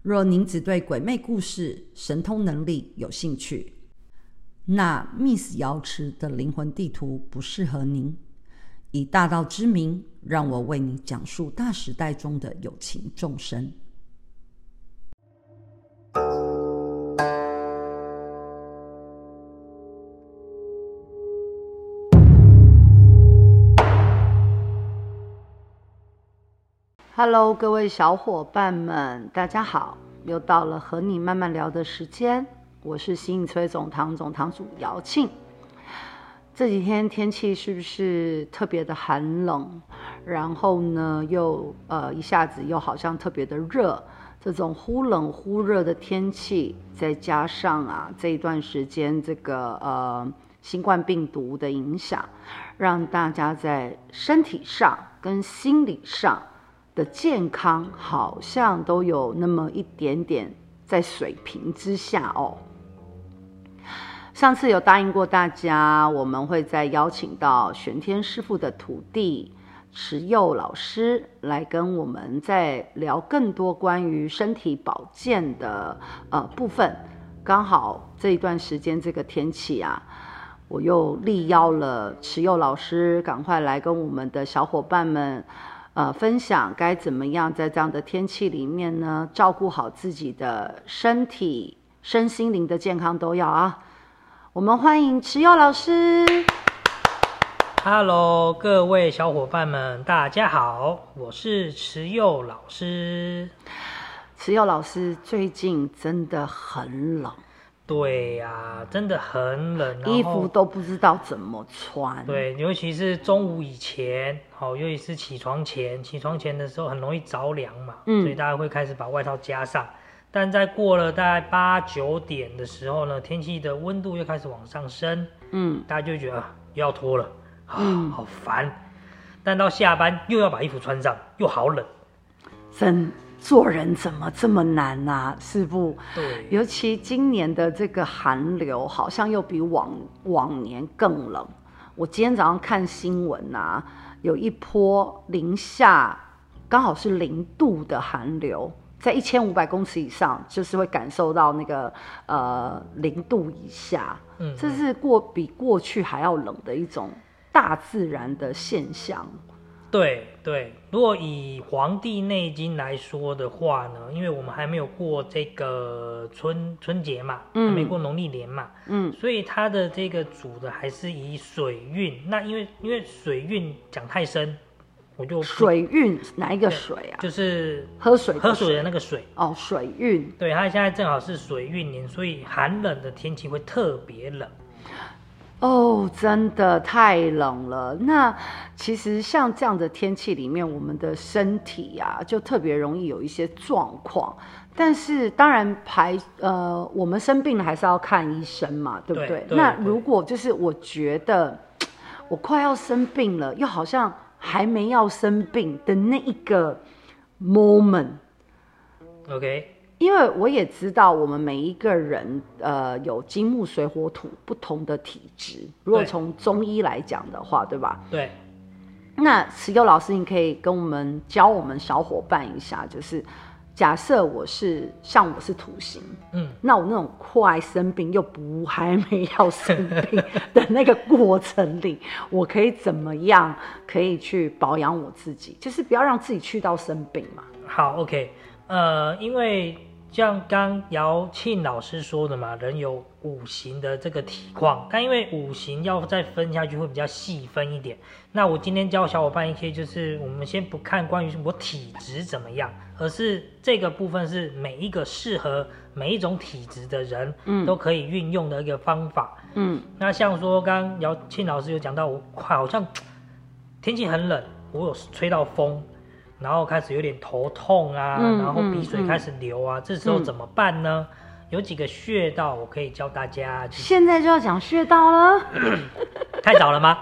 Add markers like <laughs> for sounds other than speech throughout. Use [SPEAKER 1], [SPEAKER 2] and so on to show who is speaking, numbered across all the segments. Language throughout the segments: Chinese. [SPEAKER 1] 若您只对鬼魅故事、神通能力有兴趣，那 Miss 瑶池的灵魂地图不适合您。以大道之名，让我为你讲述大时代中的有情众生。Hello，各位小伙伴们，大家好！又到了和你慢慢聊的时间，我是新崔总堂总堂主姚庆。这几天天气是不是特别的寒冷？然后呢，又呃一下子又好像特别的热，这种忽冷忽热的天气，再加上啊这一段时间这个呃新冠病毒的影响，让大家在身体上跟心理上的健康好像都有那么一点点在水平之下哦。上次有答应过大家，我们会再邀请到玄天师傅的徒弟池佑老师来跟我们再聊更多关于身体保健的呃部分。刚好这一段时间这个天气啊，我又力邀了池佑老师，赶快来跟我们的小伙伴们，呃，分享该怎么样在这样的天气里面呢，照顾好自己的身体、身心灵的健康都要啊。我们欢迎池佑老师。
[SPEAKER 2] Hello，各位小伙伴们，大家好，我是池佑老师。
[SPEAKER 1] 池佑老师最近真的很冷，
[SPEAKER 2] 对呀、真的很冷，然
[SPEAKER 1] 衣
[SPEAKER 2] 后
[SPEAKER 1] 服都不知道怎么穿。，
[SPEAKER 2] 对，尤其是中午以前，好、尤其是起床前，起床前的时候很容易着凉嘛，
[SPEAKER 1] 嗯
[SPEAKER 2] 所以大家会开始把外套加上。但在过了大概八九点的时候呢，天气的温度又开始往上升，
[SPEAKER 1] 嗯，
[SPEAKER 2] 大家就会觉得、啊、又要脱了，啊，
[SPEAKER 1] 嗯
[SPEAKER 2] 好烦。但到下班又要把衣服穿上，又好冷。
[SPEAKER 1] 真做人怎么这么难啊，师傅？
[SPEAKER 2] 对，
[SPEAKER 1] 尤其今年的这个寒流，好像又比往往年更冷。我今天早上看新闻啊，有一波零下，刚好是零度的寒流，在一千五百公尺以上，就是会感受到那个呃零度以下，
[SPEAKER 2] 嗯
[SPEAKER 1] 这是过比过去还要冷的一种大自然的现象。
[SPEAKER 2] 对对，如果以《黄帝内经》来说的话呢，因为我们还没有过这个春春节嘛，还没
[SPEAKER 1] 嗯
[SPEAKER 2] 过农历年嘛，
[SPEAKER 1] 嗯
[SPEAKER 2] 所以它的这个主的还是以水运。那因为因为水运讲太深，我就不
[SPEAKER 1] 水运哪一个水啊？
[SPEAKER 2] 就是
[SPEAKER 1] 喝水的
[SPEAKER 2] 喝水的那个水。
[SPEAKER 1] 哦，水运。
[SPEAKER 2] 对，它现在正好是水运年，所以寒冷的天气会特别冷。
[SPEAKER 1] 哦，真的太冷了。那其实像这样的天气里面，我们的身体啊，就特别容易有一些状况。但是当然排呃，我们生病了还是要看医生嘛，对不对？
[SPEAKER 2] 对对
[SPEAKER 1] 那
[SPEAKER 2] 对
[SPEAKER 1] 如果就是我觉得我快要生病了，又好像还没要生病的那一个 moment，
[SPEAKER 2] OK，
[SPEAKER 1] 因为我也知道，我们每一个人，呃，有金木水火土不同的体质。如果
[SPEAKER 2] 对
[SPEAKER 1] 从中医来讲的话，对吧？
[SPEAKER 2] 对，
[SPEAKER 1] 那石佑老师，你可以跟我们教我们小伙伴一下，就是假设我是像我是土星，
[SPEAKER 2] 嗯，
[SPEAKER 1] 那我那种快生病又不还没要生病的那个过程里，我可以怎么样可以去保养我自己？就是不要让自己去到生病嘛。
[SPEAKER 2] 好，OK，呃，因为像刚姚庆老师说的嘛，人有五行的这个体况，但因为五行要再分下去会比较细分一点。那我今天教小伙伴一些，就是我们先不看关于我体质怎么样，而是这个部分是每一个适合每一种体质的人，
[SPEAKER 1] 嗯
[SPEAKER 2] 都可以运用的一个方法。
[SPEAKER 1] 嗯
[SPEAKER 2] 那像说刚刚姚庆老师有讲到，我好像天气很冷，我有吹到风，然后开始有点头痛啊，
[SPEAKER 1] 嗯
[SPEAKER 2] 然后
[SPEAKER 1] 嗯
[SPEAKER 2] 鼻水
[SPEAKER 1] 嗯
[SPEAKER 2] 开始流啊，这时候
[SPEAKER 1] 嗯
[SPEAKER 2] 怎么办呢？有几个穴道，我可以教大家。就是
[SPEAKER 1] 现在就要讲穴道了，
[SPEAKER 2] 太早
[SPEAKER 1] <laughs>
[SPEAKER 2] 了吗？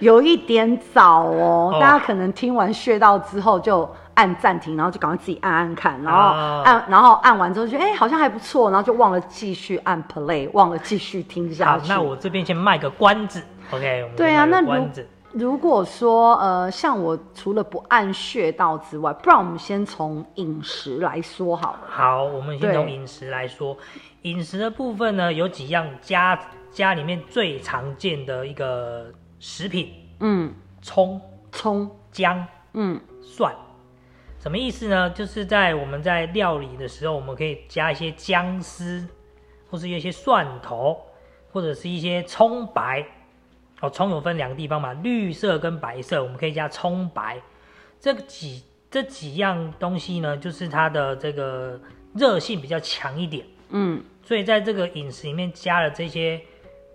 [SPEAKER 1] 有一点早哦，
[SPEAKER 2] 哦
[SPEAKER 1] 大家可能听完穴道之后就按暂停，然后就赶快自己按按看，然后
[SPEAKER 2] 啊
[SPEAKER 1] 按，然后按完之后就觉得哎、好像还不错，然后就忘了继续按 play，忘了继续听下
[SPEAKER 2] 好，
[SPEAKER 1] 去。
[SPEAKER 2] 那我这边先卖个关子，OK？我们
[SPEAKER 1] 对啊，
[SPEAKER 2] 先卖
[SPEAKER 1] 那
[SPEAKER 2] 个
[SPEAKER 1] 如
[SPEAKER 2] 关子
[SPEAKER 1] 如果说呃，像我除了不按穴道之外，不然我们先从饮食来说好了。
[SPEAKER 2] 好，我们先
[SPEAKER 1] 对
[SPEAKER 2] 从饮食来说，饮食的部分呢，有几样家家里面最常见的一个食品：
[SPEAKER 1] 嗯，
[SPEAKER 2] 葱、
[SPEAKER 1] 葱，
[SPEAKER 2] 姜、
[SPEAKER 1] 嗯
[SPEAKER 2] 蒜。什么意思呢？就是在我们在料理的时候，我们可以加一些姜丝，或是一些蒜头，或者是一些葱白。哦，葱有分两个地方嘛，绿色跟白色，我们可以加葱白。这几这几样东西呢，就是它的这个热性比较强一点。
[SPEAKER 1] 嗯，
[SPEAKER 2] 所以在这个饮食里面加了这些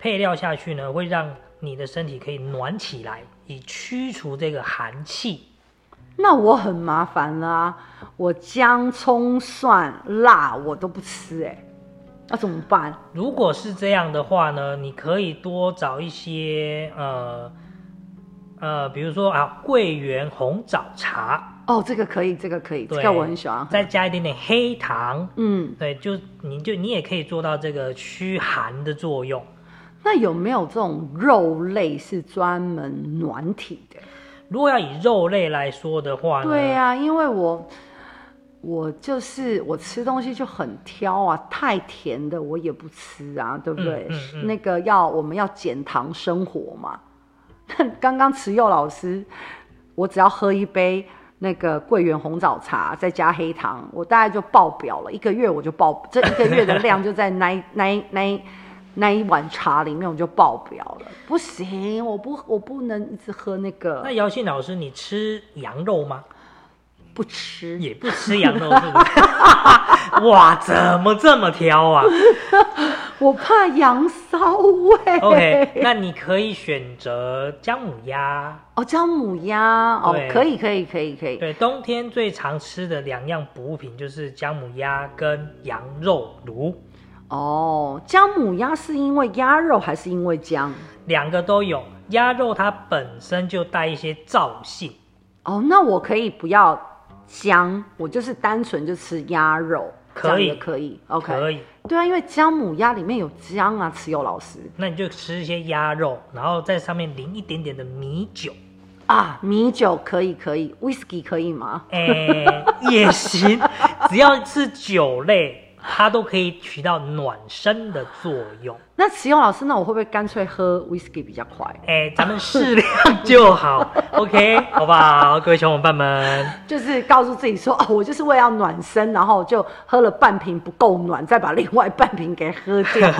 [SPEAKER 2] 配料下去呢，会让你的身体可以暖起来，以驱除这个寒气。
[SPEAKER 1] 那我很麻烦啦、我姜、葱、蒜、辣我都不吃、哎，那怎么办？
[SPEAKER 2] 如果是这样的话呢，你可以多找一些呃呃，比如说啊，桂圆红枣茶，
[SPEAKER 1] 哦，这个可以，这个可以，这
[SPEAKER 2] 对
[SPEAKER 1] 个我很喜欢。
[SPEAKER 2] 再加一点点黑糖，
[SPEAKER 1] 嗯，
[SPEAKER 2] 对，就你就你也可以做到这个驱寒的作用。
[SPEAKER 1] 那有没有这种肉类是专门暖体的？
[SPEAKER 2] 如果要以肉类来说的话呢，
[SPEAKER 1] 对呀、因为我我就是我吃东西就很挑啊，太甜的我也不吃啊，对不对？
[SPEAKER 2] 嗯嗯嗯
[SPEAKER 1] 那个要我们要减糖生活嘛。 <laughs> 那刚刚慈幼老师，我只要喝一杯那个桂圆红枣茶，再加黑糖，我大概就爆表了，一个月我就爆，这一个月的量就在那一 <laughs> 那一那一。那一碗茶里面我就爆表了，不行，我不我不能一直喝那个
[SPEAKER 2] 那，姚信老师，你吃羊肉吗？
[SPEAKER 1] 不吃。
[SPEAKER 2] 也不吃羊肉是不是？ <laughs> 哇，怎么这么挑啊？
[SPEAKER 1] 我怕羊骚味。
[SPEAKER 2] OK，那你可以选择姜母鸭。
[SPEAKER 1] <laughs> 哦，姜母鸭哦
[SPEAKER 2] 对，
[SPEAKER 1] 可以可以可以可以。
[SPEAKER 2] 对，冬天最常吃的两样补品就是姜母鸭跟羊肉炉，
[SPEAKER 1] 哦，姜母鸭是因为鸭肉还是因为姜？
[SPEAKER 2] 两个都有。鸭肉它本身就带一些燥性，
[SPEAKER 1] 哦，那我可以不要姜，我就是单纯就吃鸭肉，
[SPEAKER 2] 可
[SPEAKER 1] 这样
[SPEAKER 2] 以
[SPEAKER 1] 也可以。OK，
[SPEAKER 2] 可以。
[SPEAKER 1] 对啊，因为姜母鸭里面有姜啊，慈幼老师
[SPEAKER 2] 那你就吃一些鸭肉，然后在上面淋一点点的米酒，
[SPEAKER 1] 啊，米酒可以可以，whisky 可以吗？
[SPEAKER 2] 哎、也行，只要是酒类，它都可以起到暖身的作用。
[SPEAKER 1] 那慈幼老师，那我会不会干脆喝 whisky 比较快？
[SPEAKER 2] 哎、咱们适量就好，OK，好不好？各位小伙伴们。
[SPEAKER 1] 就是告诉自己说，哦，我就是为了要暖身，然后就喝了半瓶不够暖，再把另外半瓶给喝掉，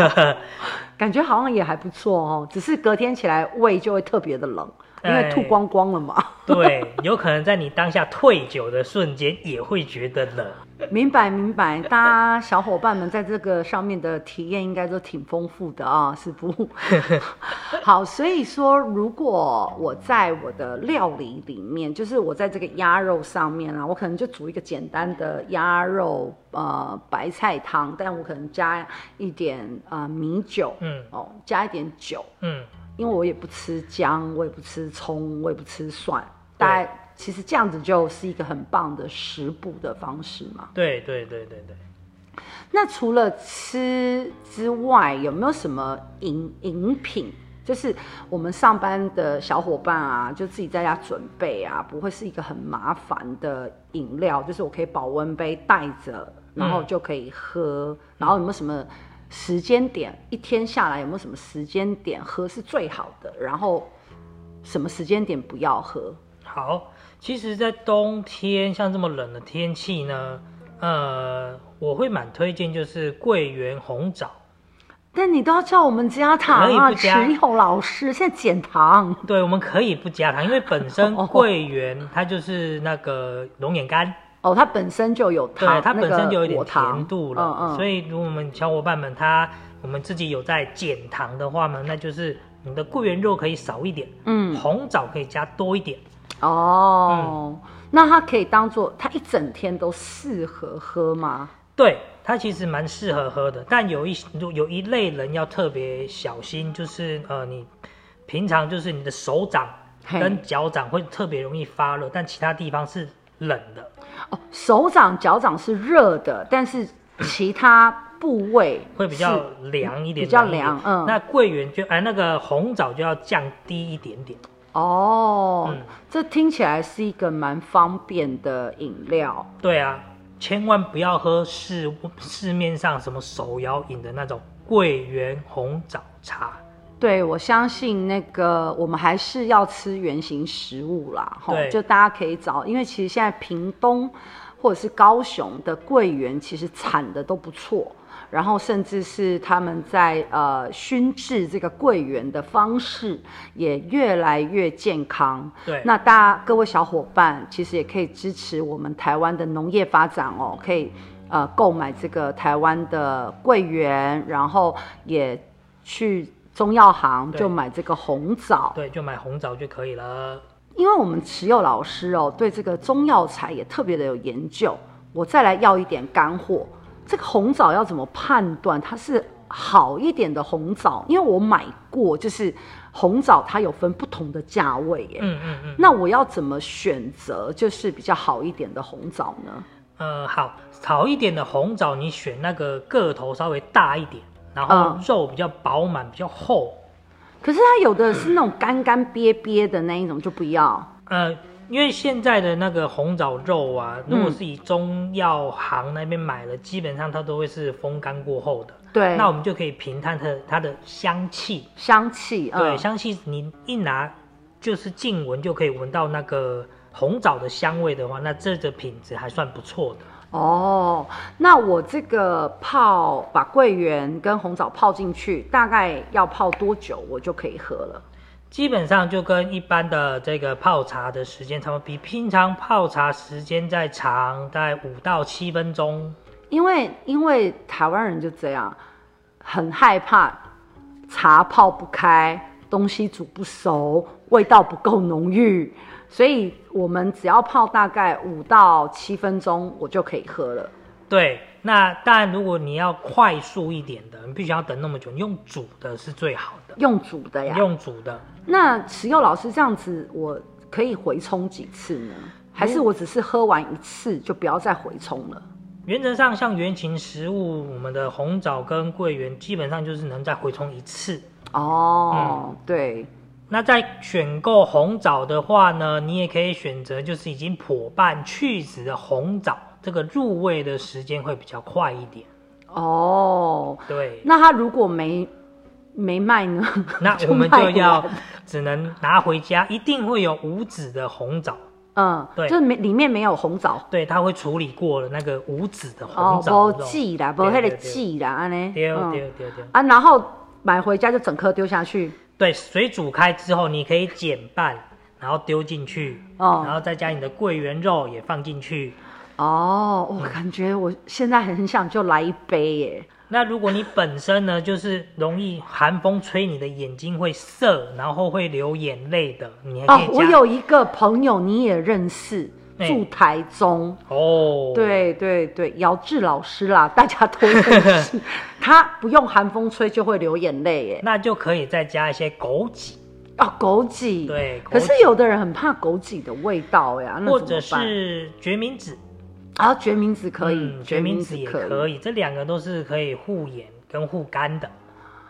[SPEAKER 1] 感觉好像也还不错哦。只是隔天起来胃就会特别的冷，因为
[SPEAKER 2] 哎
[SPEAKER 1] 吐光光了嘛。 <laughs>
[SPEAKER 2] 对，有可能在你当下退酒的瞬间也会觉得冷。
[SPEAKER 1] <laughs> 明白明白，大家小伙伴们在这个上面的体验应该都挺丰富的啊， <laughs> 是不？好，所以说如果我在我的料理里面，就是我在这个鸭肉上面啊，我可能就煮一个简单的鸭肉呃白菜汤，但我可能加一点呃米酒，
[SPEAKER 2] 嗯
[SPEAKER 1] 哦，加一点酒，
[SPEAKER 2] 嗯，
[SPEAKER 1] 因为我也不吃姜，我也不吃葱，我也不吃蒜，大概其实这样子就是一个很棒的食补的方式嘛。
[SPEAKER 2] 对对对对对。
[SPEAKER 1] 那除了吃之外，有没有什么饮饮品？就是我们上班的小伙伴啊，就自己在家准备啊，不会是一个很麻烦的饮料，就是我可以保温杯带着，然
[SPEAKER 2] 嗯
[SPEAKER 1] 后就可以喝。然后有没有什么时间点？一天下来有没有什么时间点喝是最好的？然后什么时间点不要喝？
[SPEAKER 2] 好，其实，在冬天像这么冷的天气呢，呃，我会蛮推荐就是桂圆红枣。
[SPEAKER 1] 但你都要叫我们加糖
[SPEAKER 2] 可
[SPEAKER 1] 啊，
[SPEAKER 2] 以不加
[SPEAKER 1] 池友老师现在减糖。
[SPEAKER 2] 对，我们可以不加糖，因为
[SPEAKER 1] <laughs>
[SPEAKER 2] 本身
[SPEAKER 1] 哦
[SPEAKER 2] 桂圆它就是那个龙眼干，
[SPEAKER 1] 哦，它本身就有
[SPEAKER 2] 对
[SPEAKER 1] 糖，，
[SPEAKER 2] 它本身就有一点
[SPEAKER 1] 那个果糖
[SPEAKER 2] 甜度了。
[SPEAKER 1] 嗯嗯，
[SPEAKER 2] 所
[SPEAKER 1] 以
[SPEAKER 2] 以，如果我们小伙伴们他我们自己有在减糖的话呢，那就是你的桂圆肉可以少一点，
[SPEAKER 1] 嗯，
[SPEAKER 2] 红枣可以加多一点。
[SPEAKER 1] 哦，那它可以当做它一整天都适合喝吗？
[SPEAKER 2] 对，它其实蛮适合喝的，但有一如有一类人要特别小心，就是呃，你平常就是你的手掌
[SPEAKER 1] 嘿
[SPEAKER 2] 跟脚掌会特别容易发热，但其他地方是冷的。
[SPEAKER 1] 哦，手掌、脚掌是热的，但是其他部位
[SPEAKER 2] 会比较
[SPEAKER 1] 是
[SPEAKER 2] 凉一点，
[SPEAKER 1] 比较
[SPEAKER 2] 一点
[SPEAKER 1] 凉嗯
[SPEAKER 2] 那桂圆就哎，那个红枣就要降低一点点。
[SPEAKER 1] 哦、
[SPEAKER 2] 嗯
[SPEAKER 1] 这听起来是一个蛮方便的饮料。
[SPEAKER 2] 对啊，千万不要喝市市面上什么手摇饮的那种桂圆红枣茶。
[SPEAKER 1] 对，我相信那个我们还是要吃原形食物啦，吼
[SPEAKER 2] 对
[SPEAKER 1] 就大家可以找，因为其实现在屏东或者是高雄的桂圆其实产的都不错，然后甚至是他们在呃熏制这个桂圆的方式也越来越健康。
[SPEAKER 2] 对，
[SPEAKER 1] 那大家各位小伙伴，其实也可以支持我们台湾的农业发展哦，可以呃购买这个台湾的桂圆，然后也去中药行
[SPEAKER 2] 对
[SPEAKER 1] 就买这个红枣，
[SPEAKER 2] 对，就买红枣就可以了。
[SPEAKER 1] 因为我们持佑老师哦对这个中药材也特别的有研究，我再来要一点干货。这个红枣要怎么判断它是好一点的红枣？因为我买过，就是红枣它有分不同的价位耶。
[SPEAKER 2] 嗯嗯嗯。
[SPEAKER 1] 那我要怎么选择就是比较好一点的红枣呢？
[SPEAKER 2] 呃，好，好一点的红枣，你选那个个头稍微大一点，然后
[SPEAKER 1] 嗯
[SPEAKER 2] 肉比较饱满、比较厚。
[SPEAKER 1] 可是它有的是那种干干瘪瘪的那一种就不要
[SPEAKER 2] 呃，因为现在的那个红枣肉啊，如果
[SPEAKER 1] 嗯
[SPEAKER 2] 是以中药行那边买的，基本上它都会是风干过后的。
[SPEAKER 1] 对
[SPEAKER 2] 那我们就可以平摊它的它的香气。
[SPEAKER 1] 香气，
[SPEAKER 2] 对，
[SPEAKER 1] 嗯，
[SPEAKER 2] 香气你一拿就是近闻就可以闻到那个红枣的香味的话，那这个品质还算不错的。
[SPEAKER 1] 哦，那我这个泡把桂圆跟红枣泡进去，大概要泡多久我就可以喝了？
[SPEAKER 2] 基本上就跟一般的这个泡茶的时间差不多，比平常泡茶时间再长，大概五到七分钟。
[SPEAKER 1] 因为因为台湾人就这样，很害怕茶泡不开，东西煮不熟，味道不够浓郁，所以我们只要泡大概五到七分钟，我就可以喝了。
[SPEAKER 2] 对，那当然如果你要快速一点的，你必须要等那么久，你用煮的是最好的，
[SPEAKER 1] 用煮的呀。
[SPEAKER 2] 用煮的。
[SPEAKER 1] 那石佑老师这样子，我可以回冲几次呢？还是我只是喝完一次就不要再回冲了？
[SPEAKER 2] 原则上，像原型食物，我们的红枣跟桂圆基本上就是能再回冲一次。
[SPEAKER 1] 哦，对，
[SPEAKER 2] 那在选购红枣的话呢，你也可以选择就是已经破瓣去籽的红枣，这个入味的时间会比较快一点。
[SPEAKER 1] 哦，
[SPEAKER 2] 对，
[SPEAKER 1] 那他如果没没卖呢？
[SPEAKER 2] 那我们
[SPEAKER 1] 卖 <laughs>
[SPEAKER 2] 就
[SPEAKER 1] 完
[SPEAKER 2] 要只能拿回家，一定会有无籽的红枣，
[SPEAKER 1] 嗯，
[SPEAKER 2] 对
[SPEAKER 1] 就是没里面没有红枣
[SPEAKER 2] 对，它会处理过了那个无籽的
[SPEAKER 1] 哦
[SPEAKER 2] 红，枣
[SPEAKER 1] 不
[SPEAKER 2] 肉。
[SPEAKER 1] 记啦，不
[SPEAKER 2] 对
[SPEAKER 1] 那个
[SPEAKER 2] 对对
[SPEAKER 1] 记啦，安尼，
[SPEAKER 2] 丢
[SPEAKER 1] 嗯
[SPEAKER 2] 丢丢丢，
[SPEAKER 1] 啊，然后买回家就整颗丢下去，
[SPEAKER 2] 对，水煮开之后，你可以减半，然后丢进去，
[SPEAKER 1] 哦
[SPEAKER 2] 然后再加你的桂圆肉也放进去，
[SPEAKER 1] 哦，我
[SPEAKER 2] 嗯
[SPEAKER 1] 感觉我现在很想就来一杯耶，
[SPEAKER 2] 那如果你本身呢，就是容易寒风吹你的眼睛会涩，然后会流眼泪的，你还
[SPEAKER 1] 哦
[SPEAKER 2] 可以，加
[SPEAKER 1] 我有一个朋友你也认识，
[SPEAKER 2] 哎
[SPEAKER 1] 住台中。
[SPEAKER 2] 哦，，
[SPEAKER 1] 对对对，姚志老师啦， <laughs> 大家都认
[SPEAKER 2] <laughs>
[SPEAKER 1] 识，他不用寒风吹就会流眼泪耶。
[SPEAKER 2] 那就可以再加一些枸杞，
[SPEAKER 1] 哦，枸杞，
[SPEAKER 2] 对
[SPEAKER 1] 可
[SPEAKER 2] 枸
[SPEAKER 1] 是
[SPEAKER 2] 杞
[SPEAKER 1] 有的人很怕枸杞的味道呀，那
[SPEAKER 2] 或
[SPEAKER 1] 怎么
[SPEAKER 2] 者
[SPEAKER 1] 办
[SPEAKER 2] 是决明子，
[SPEAKER 1] 啊，决明子可以
[SPEAKER 2] 嗯，，
[SPEAKER 1] 决
[SPEAKER 2] 决明
[SPEAKER 1] 明
[SPEAKER 2] 子
[SPEAKER 1] 子
[SPEAKER 2] 也
[SPEAKER 1] 可
[SPEAKER 2] 可
[SPEAKER 1] 以，
[SPEAKER 2] 以，这两个都是可以护眼跟护肝的。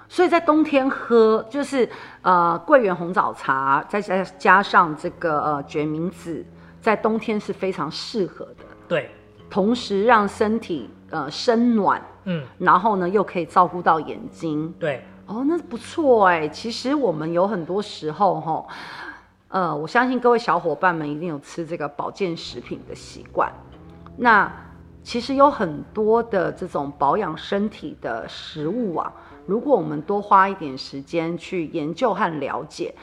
[SPEAKER 1] 所以在冬天喝就是呃桂圆红枣茶，再加加上这个呃决明子，在冬天是非常适合的，
[SPEAKER 2] 对，
[SPEAKER 1] 同时让身体呃生暖，
[SPEAKER 2] 嗯，
[SPEAKER 1] 然后呢又可以照顾到眼睛。
[SPEAKER 2] 对，
[SPEAKER 1] 哦，那不错哎。其实我们有很多时候哈，呃，我相信各位小伙伴们一定有吃这个保健食品的习惯。那其实有很多的这种保养身体的食物啊，如果我们多花一点时间去研究和了解，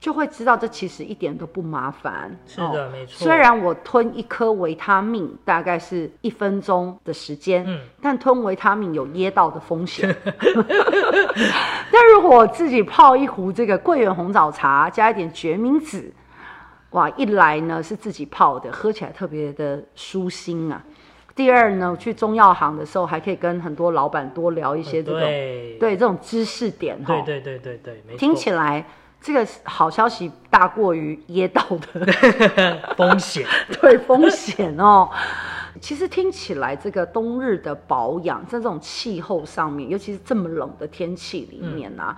[SPEAKER 1] 就会知道这其实一点都不麻烦。哦
[SPEAKER 2] 是的，没错。
[SPEAKER 1] 虽然我吞一颗维他命大概是一分钟的时间，
[SPEAKER 2] 嗯
[SPEAKER 1] 但吞维他命有噎到的风
[SPEAKER 2] <laughs>
[SPEAKER 1] 险。 <laughs> 但如果我自己泡一壶这个桂圆红枣茶，加一点决明子，哇，一来呢是自己泡的，喝起来特别的舒心啊。第二呢，去中药行的时候还可以跟很多老板多聊一些这种、
[SPEAKER 2] 嗯哦对
[SPEAKER 1] 对这种知识点哈。
[SPEAKER 2] 对对对对对，没错
[SPEAKER 1] 听起来这个好消息大过于噎到的
[SPEAKER 2] 风险， <laughs>
[SPEAKER 1] 对风险哦。其实听起来，这个冬日的保养，在这种气候上面，尤其是这么冷的天气里面啊，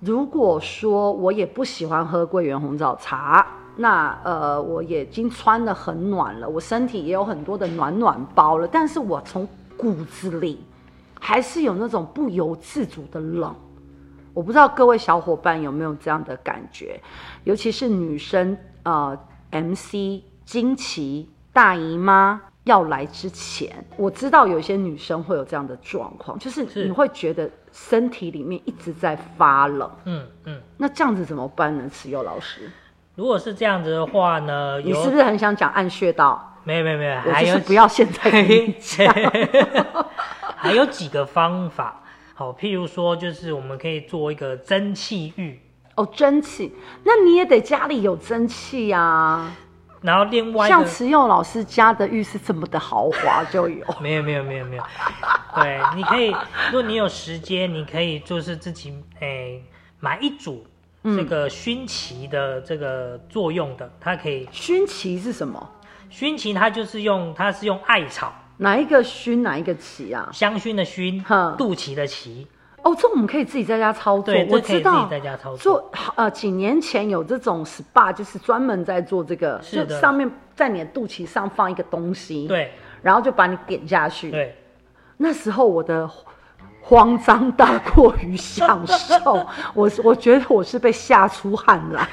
[SPEAKER 1] 如果说我也不喜欢喝桂圆红枣茶，那呃，我也已经穿的很暖了，我身体也有很多的暖暖包了，但是我从骨子里还是有那种不由自主的冷。我不知道各位小伙伴有没有这样的感觉，尤其是女生啊、呃、，MC 惊奇大姨妈要来之前，我知道有些女生会有这样的状况，就是
[SPEAKER 2] 是
[SPEAKER 1] 你会觉得身体里面一直在发冷，
[SPEAKER 2] 嗯嗯。
[SPEAKER 1] 那这样子怎么办呢？石油老师，
[SPEAKER 2] 如果是这样子的话呢，
[SPEAKER 1] 你
[SPEAKER 2] 有
[SPEAKER 1] 是不是很想讲按穴道？
[SPEAKER 2] 没有没有没有，
[SPEAKER 1] 我
[SPEAKER 2] 还
[SPEAKER 1] 就
[SPEAKER 2] 有
[SPEAKER 1] 是不要现在跟你
[SPEAKER 2] <laughs>
[SPEAKER 1] 讲。
[SPEAKER 2] 还有几个方法，好，譬如说就是我们可以做一个蒸汽浴，
[SPEAKER 1] 哦，蒸汽，那你也得家里有蒸汽啊。
[SPEAKER 2] 然后另外一
[SPEAKER 1] 像
[SPEAKER 2] 个
[SPEAKER 1] 池佑老师家的浴室这么的豪华就有。 <laughs>
[SPEAKER 2] 没有没有没有没有，对，你可以，如果你有时间，你可以就是自己诶、买一组这个熏奇的这个作用的，它可以
[SPEAKER 1] 熏旗是什么？
[SPEAKER 2] 熏奇，它就是用它是用艾草
[SPEAKER 1] 哪一个熏哪一个旗啊？
[SPEAKER 2] 香薰的熏
[SPEAKER 1] 哼，
[SPEAKER 2] 肚脐的脐，
[SPEAKER 1] 哦，这我们可以自己在家操作
[SPEAKER 2] 对，，
[SPEAKER 1] 我
[SPEAKER 2] 这可
[SPEAKER 1] 知
[SPEAKER 2] 以自己
[SPEAKER 1] 道。
[SPEAKER 2] 在家操作。
[SPEAKER 1] 做呃几年前有这种 SPA，就是专门在做这个，
[SPEAKER 2] 是的
[SPEAKER 1] 就上面在你的肚脐上放一个东西，，
[SPEAKER 2] 对
[SPEAKER 1] 然后就把你点下去。
[SPEAKER 2] 对，
[SPEAKER 1] 那时候我的慌张大过于享
[SPEAKER 2] <laughs>
[SPEAKER 1] 受，我是我觉得我是被吓出汗来。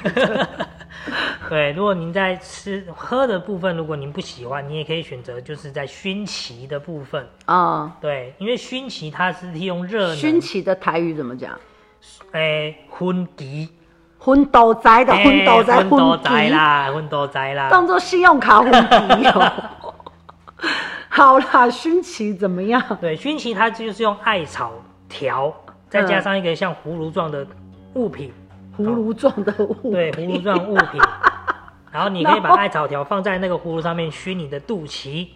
[SPEAKER 2] 对，如果您在吃喝的部分，如果您不喜欢，你也可以选择就是在熏旗的部分。 <laughs>
[SPEAKER 1] 啊、
[SPEAKER 2] 对，因为熏旗它是利用热能，
[SPEAKER 1] 熏旗的台语怎么讲？
[SPEAKER 2] 诶熏旗，
[SPEAKER 1] 昏倒仔的昏倒仔，
[SPEAKER 2] 哎昏多仔
[SPEAKER 1] 旗
[SPEAKER 2] 啦，昏多仔啦。
[SPEAKER 1] 当做信用卡问题
[SPEAKER 2] <laughs>
[SPEAKER 1] 哦。好啦，熏旗怎么样？
[SPEAKER 2] 对，熏旗它就是用艾草条，再加上一个像葫芦状的物品，
[SPEAKER 1] 葫芦状的物，
[SPEAKER 2] 对，葫芦状物
[SPEAKER 1] <laughs>
[SPEAKER 2] 品。然后你可以把艾草条放在那个葫芦上面熏你的肚脐。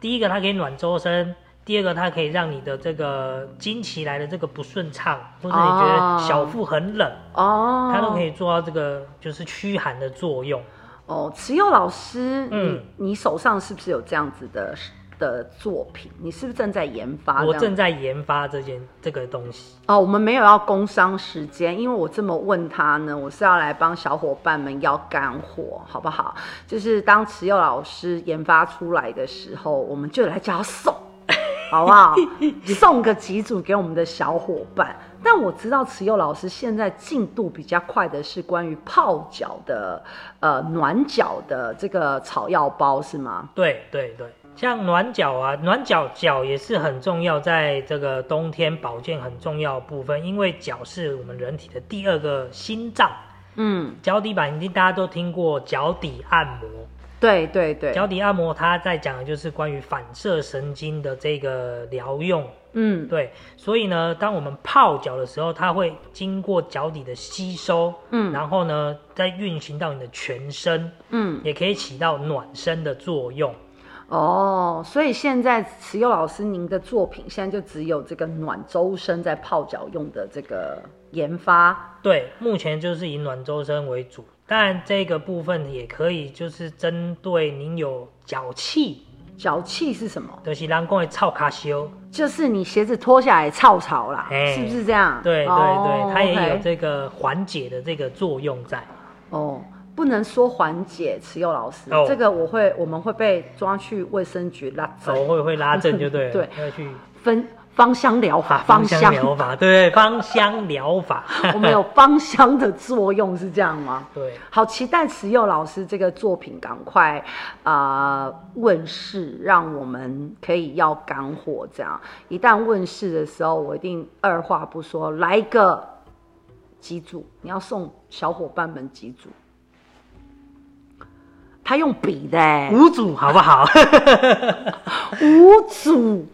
[SPEAKER 2] 第一个，它可以暖周身；第二个，它可以让你的这个经期来的这个不顺畅，或者你觉
[SPEAKER 1] 哦
[SPEAKER 2] 得小腹很冷，
[SPEAKER 1] 哦，
[SPEAKER 2] 它都可以做到这个就是驱寒的作用。
[SPEAKER 1] 哦。慈幼老师，
[SPEAKER 2] 嗯
[SPEAKER 1] 你你手上是不是有这样子的的作品？你是不是正在研发？
[SPEAKER 2] 我
[SPEAKER 1] 这样
[SPEAKER 2] 正在研发这件这个东西。
[SPEAKER 1] 哦，我们没有要工商时间，因为我这么问他呢，我是要来帮小伙伴们要干货，好不好？就是当慈幼老师研发出来的时候，我们就来叫他送， <laughs> 好不好？送个几组给我们的小伙伴。但我知道慈幼老师现在进度比较快的是关于泡脚的，呃，暖脚的这个草药包是吗？
[SPEAKER 2] 对对对，像暖脚啊，暖脚脚也是很重要，在这个冬天保健很重要的部分，因为脚是我们人体的第二个心脏。
[SPEAKER 1] 嗯，
[SPEAKER 2] 脚底板一定大家都听过脚底按摩，
[SPEAKER 1] 对对对，
[SPEAKER 2] 脚底按摩它在讲的就是关于反射神经的这个疗用。
[SPEAKER 1] 嗯
[SPEAKER 2] 对，所以呢，当我们泡脚的时候，它会经过脚底的吸收，
[SPEAKER 1] 嗯
[SPEAKER 2] 然后呢，再运行到你的全身，
[SPEAKER 1] 嗯。
[SPEAKER 2] 也可以起到暖身的作用。
[SPEAKER 1] 哦，所以现在慈幼老师您的作品现在就只有这个暖周身在泡脚用的这个研发
[SPEAKER 2] 对，目前就是以暖周身为主，但这个部分也可以就是针对您有脚气，
[SPEAKER 1] 脚气是什么？
[SPEAKER 2] 就是人讲的臭卡修，
[SPEAKER 1] 就是你鞋子脱下来臭潮啦，
[SPEAKER 2] 哎
[SPEAKER 1] 是不是这样？哦
[SPEAKER 2] 对对对，它也有
[SPEAKER 1] OK
[SPEAKER 2] 这个缓解的这个作用在。
[SPEAKER 1] 哦。不能说缓解慈幼老师，
[SPEAKER 2] 哦
[SPEAKER 1] 这个我会我们会被抓去卫生局拉
[SPEAKER 2] 手
[SPEAKER 1] 走
[SPEAKER 2] 会会拉正就对了，
[SPEAKER 1] 哦 <laughs> 对
[SPEAKER 2] 要去
[SPEAKER 1] 分芳香疗
[SPEAKER 2] 啊
[SPEAKER 1] 法，
[SPEAKER 2] 芳香
[SPEAKER 1] 香，
[SPEAKER 2] 疗法，对，芳香疗法，
[SPEAKER 1] <laughs> 我们有芳香的作用是这样吗？
[SPEAKER 2] 对，
[SPEAKER 1] 好期待慈幼老师这个作品赶快啊、呃问世，让我们可以要干货。这样一旦问世的时候，我一定二话不说来一个几组，你要送小伙伴们几组。他用笔的、欸，
[SPEAKER 2] 五组好
[SPEAKER 1] <laughs>
[SPEAKER 2] 不好？
[SPEAKER 1] 五组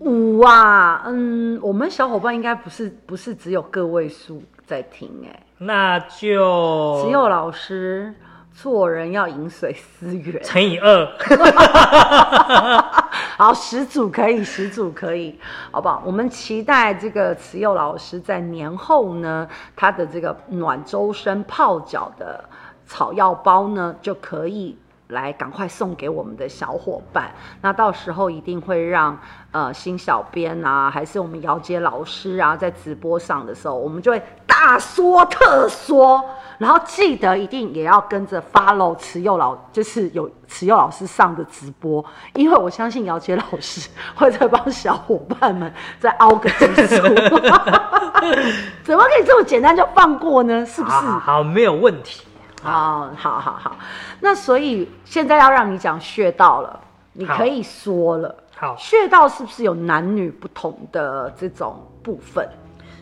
[SPEAKER 1] 五啊，嗯，我们小伙伴应该不是不是只有个位数在听哎、
[SPEAKER 2] 那就
[SPEAKER 1] 慈幼老师，做人要饮水思源。
[SPEAKER 2] 乘以二，
[SPEAKER 1] <laughs> 好，十组可以，十组可以，好不好？我们期待这个慈幼老师在年后呢，他的这个暖周身泡脚的草药包呢，就可以。来，赶快送给我们的小伙伴。那到时候一定会让呃新小编啊，还是我们姚杰老师啊，在直播上的时候，我们就会大说特说。然后记得一定也要跟着 follow 慈幼老，就是有慈幼老师上的直播，因为我相信姚杰老师会在帮小伙伴们再凹个技术。怎么可以这么简单就放过呢？是不是？
[SPEAKER 2] 好好好，没有问题。
[SPEAKER 1] 哦，好好好，那所以现在要让你讲穴道了，你
[SPEAKER 2] 好
[SPEAKER 1] 可以说了。
[SPEAKER 2] 好，
[SPEAKER 1] 穴道是不是有男女不同的这种部分？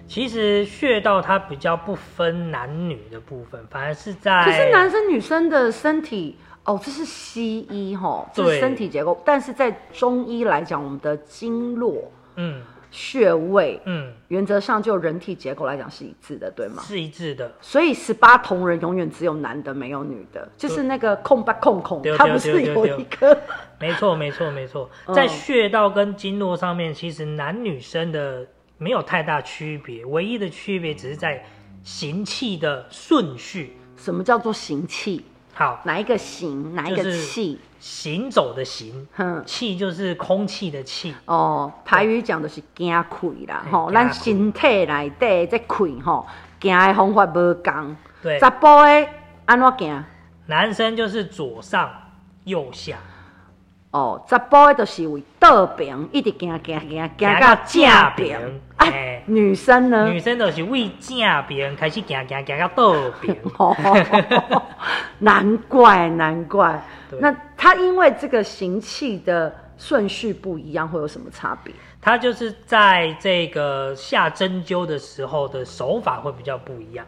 [SPEAKER 2] 其实穴道它比较不分男女的部分，反而是在
[SPEAKER 1] 可是男生女生的身体哦，这是西医吼，这是
[SPEAKER 2] 对
[SPEAKER 1] 身体结构，但是在中医来讲，我们的经络、
[SPEAKER 2] 嗯
[SPEAKER 1] 穴位，
[SPEAKER 2] 嗯
[SPEAKER 1] 原则上就人体结构来讲是一致的，对吗？
[SPEAKER 2] 是一致的，
[SPEAKER 1] 所以十八铜人永远只有男的，没有女的，就是那个空吧空空
[SPEAKER 2] 对，
[SPEAKER 1] 它
[SPEAKER 2] 对
[SPEAKER 1] 不是
[SPEAKER 2] 对对
[SPEAKER 1] 有
[SPEAKER 2] 对
[SPEAKER 1] 一个。 <laughs>
[SPEAKER 2] 没错没错没错
[SPEAKER 1] 嗯，
[SPEAKER 2] 在穴道跟经络上面，其实男女生的没有太大区别，唯一的区别只是在行气的顺序。
[SPEAKER 1] 什么叫做行气？
[SPEAKER 2] 好，
[SPEAKER 1] 哪一个行，哪一个气？
[SPEAKER 2] 行走的行，
[SPEAKER 1] 哼、
[SPEAKER 2] 气就是空气的气，
[SPEAKER 1] 哦，台语讲就是惊气啦，
[SPEAKER 2] 嘿
[SPEAKER 1] 吼，
[SPEAKER 2] 惊
[SPEAKER 1] 咱
[SPEAKER 2] 气
[SPEAKER 1] 身体内底这气吼，惊的方法无同。
[SPEAKER 2] 对
[SPEAKER 1] 查甫的安怎行？
[SPEAKER 2] 男生就是左上右下，
[SPEAKER 1] 哦，查甫的就是为倒边一直行行行行到正边，啊
[SPEAKER 2] 嘿，
[SPEAKER 1] 女生呢？
[SPEAKER 2] 女生就是为正边开始行行行到倒边，
[SPEAKER 1] <laughs> <laughs> 哦，难怪难怪。
[SPEAKER 2] 对
[SPEAKER 1] 那它因为这个行气的顺序不一样，会有什么差别？
[SPEAKER 2] 它就是在这个下针灸的时候的手法会比较不一样。